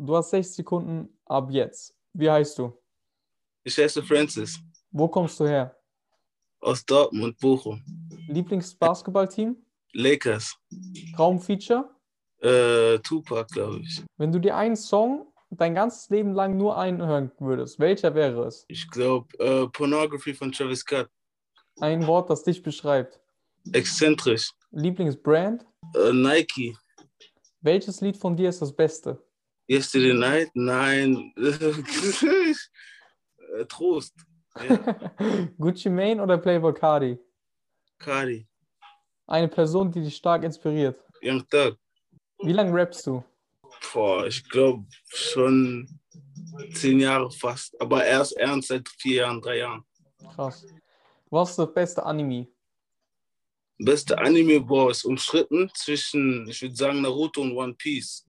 Du hast 60 Sekunden ab jetzt. Wie heißt du? Ich heiße Francis Wo kommst du her? aus Dortmund, Bochum. Lieblingsbasketballteam? Lakers. Traumfeature? Äh, Tupac, glaube ich. Wenn du dir einen Song dein ganzes Leben lang nur einhören würdest, welcher wäre es? Ich glaube, äh, Pornography von Travis Scott. Ein Wort, das dich beschreibt. Exzentrisch. Lieblingsbrand? Äh, Nike. Welches Lied von dir ist das beste? Yesterday Night? Nein. äh, Trost. Ja, Gucci Mane oder Playboy Cardi? Cardi. Eine Person, die dich stark inspiriert. Young Thug. Wie lange rappst du? Boah, ich glaube schon zehn Jahre fast. Aber erst ernst seit vier Jahren, drei Jahren. Krass. Was ist das beste Anime? Beste Anime Boys umstritten zwischen, ich würde sagen, Naruto und One Piece.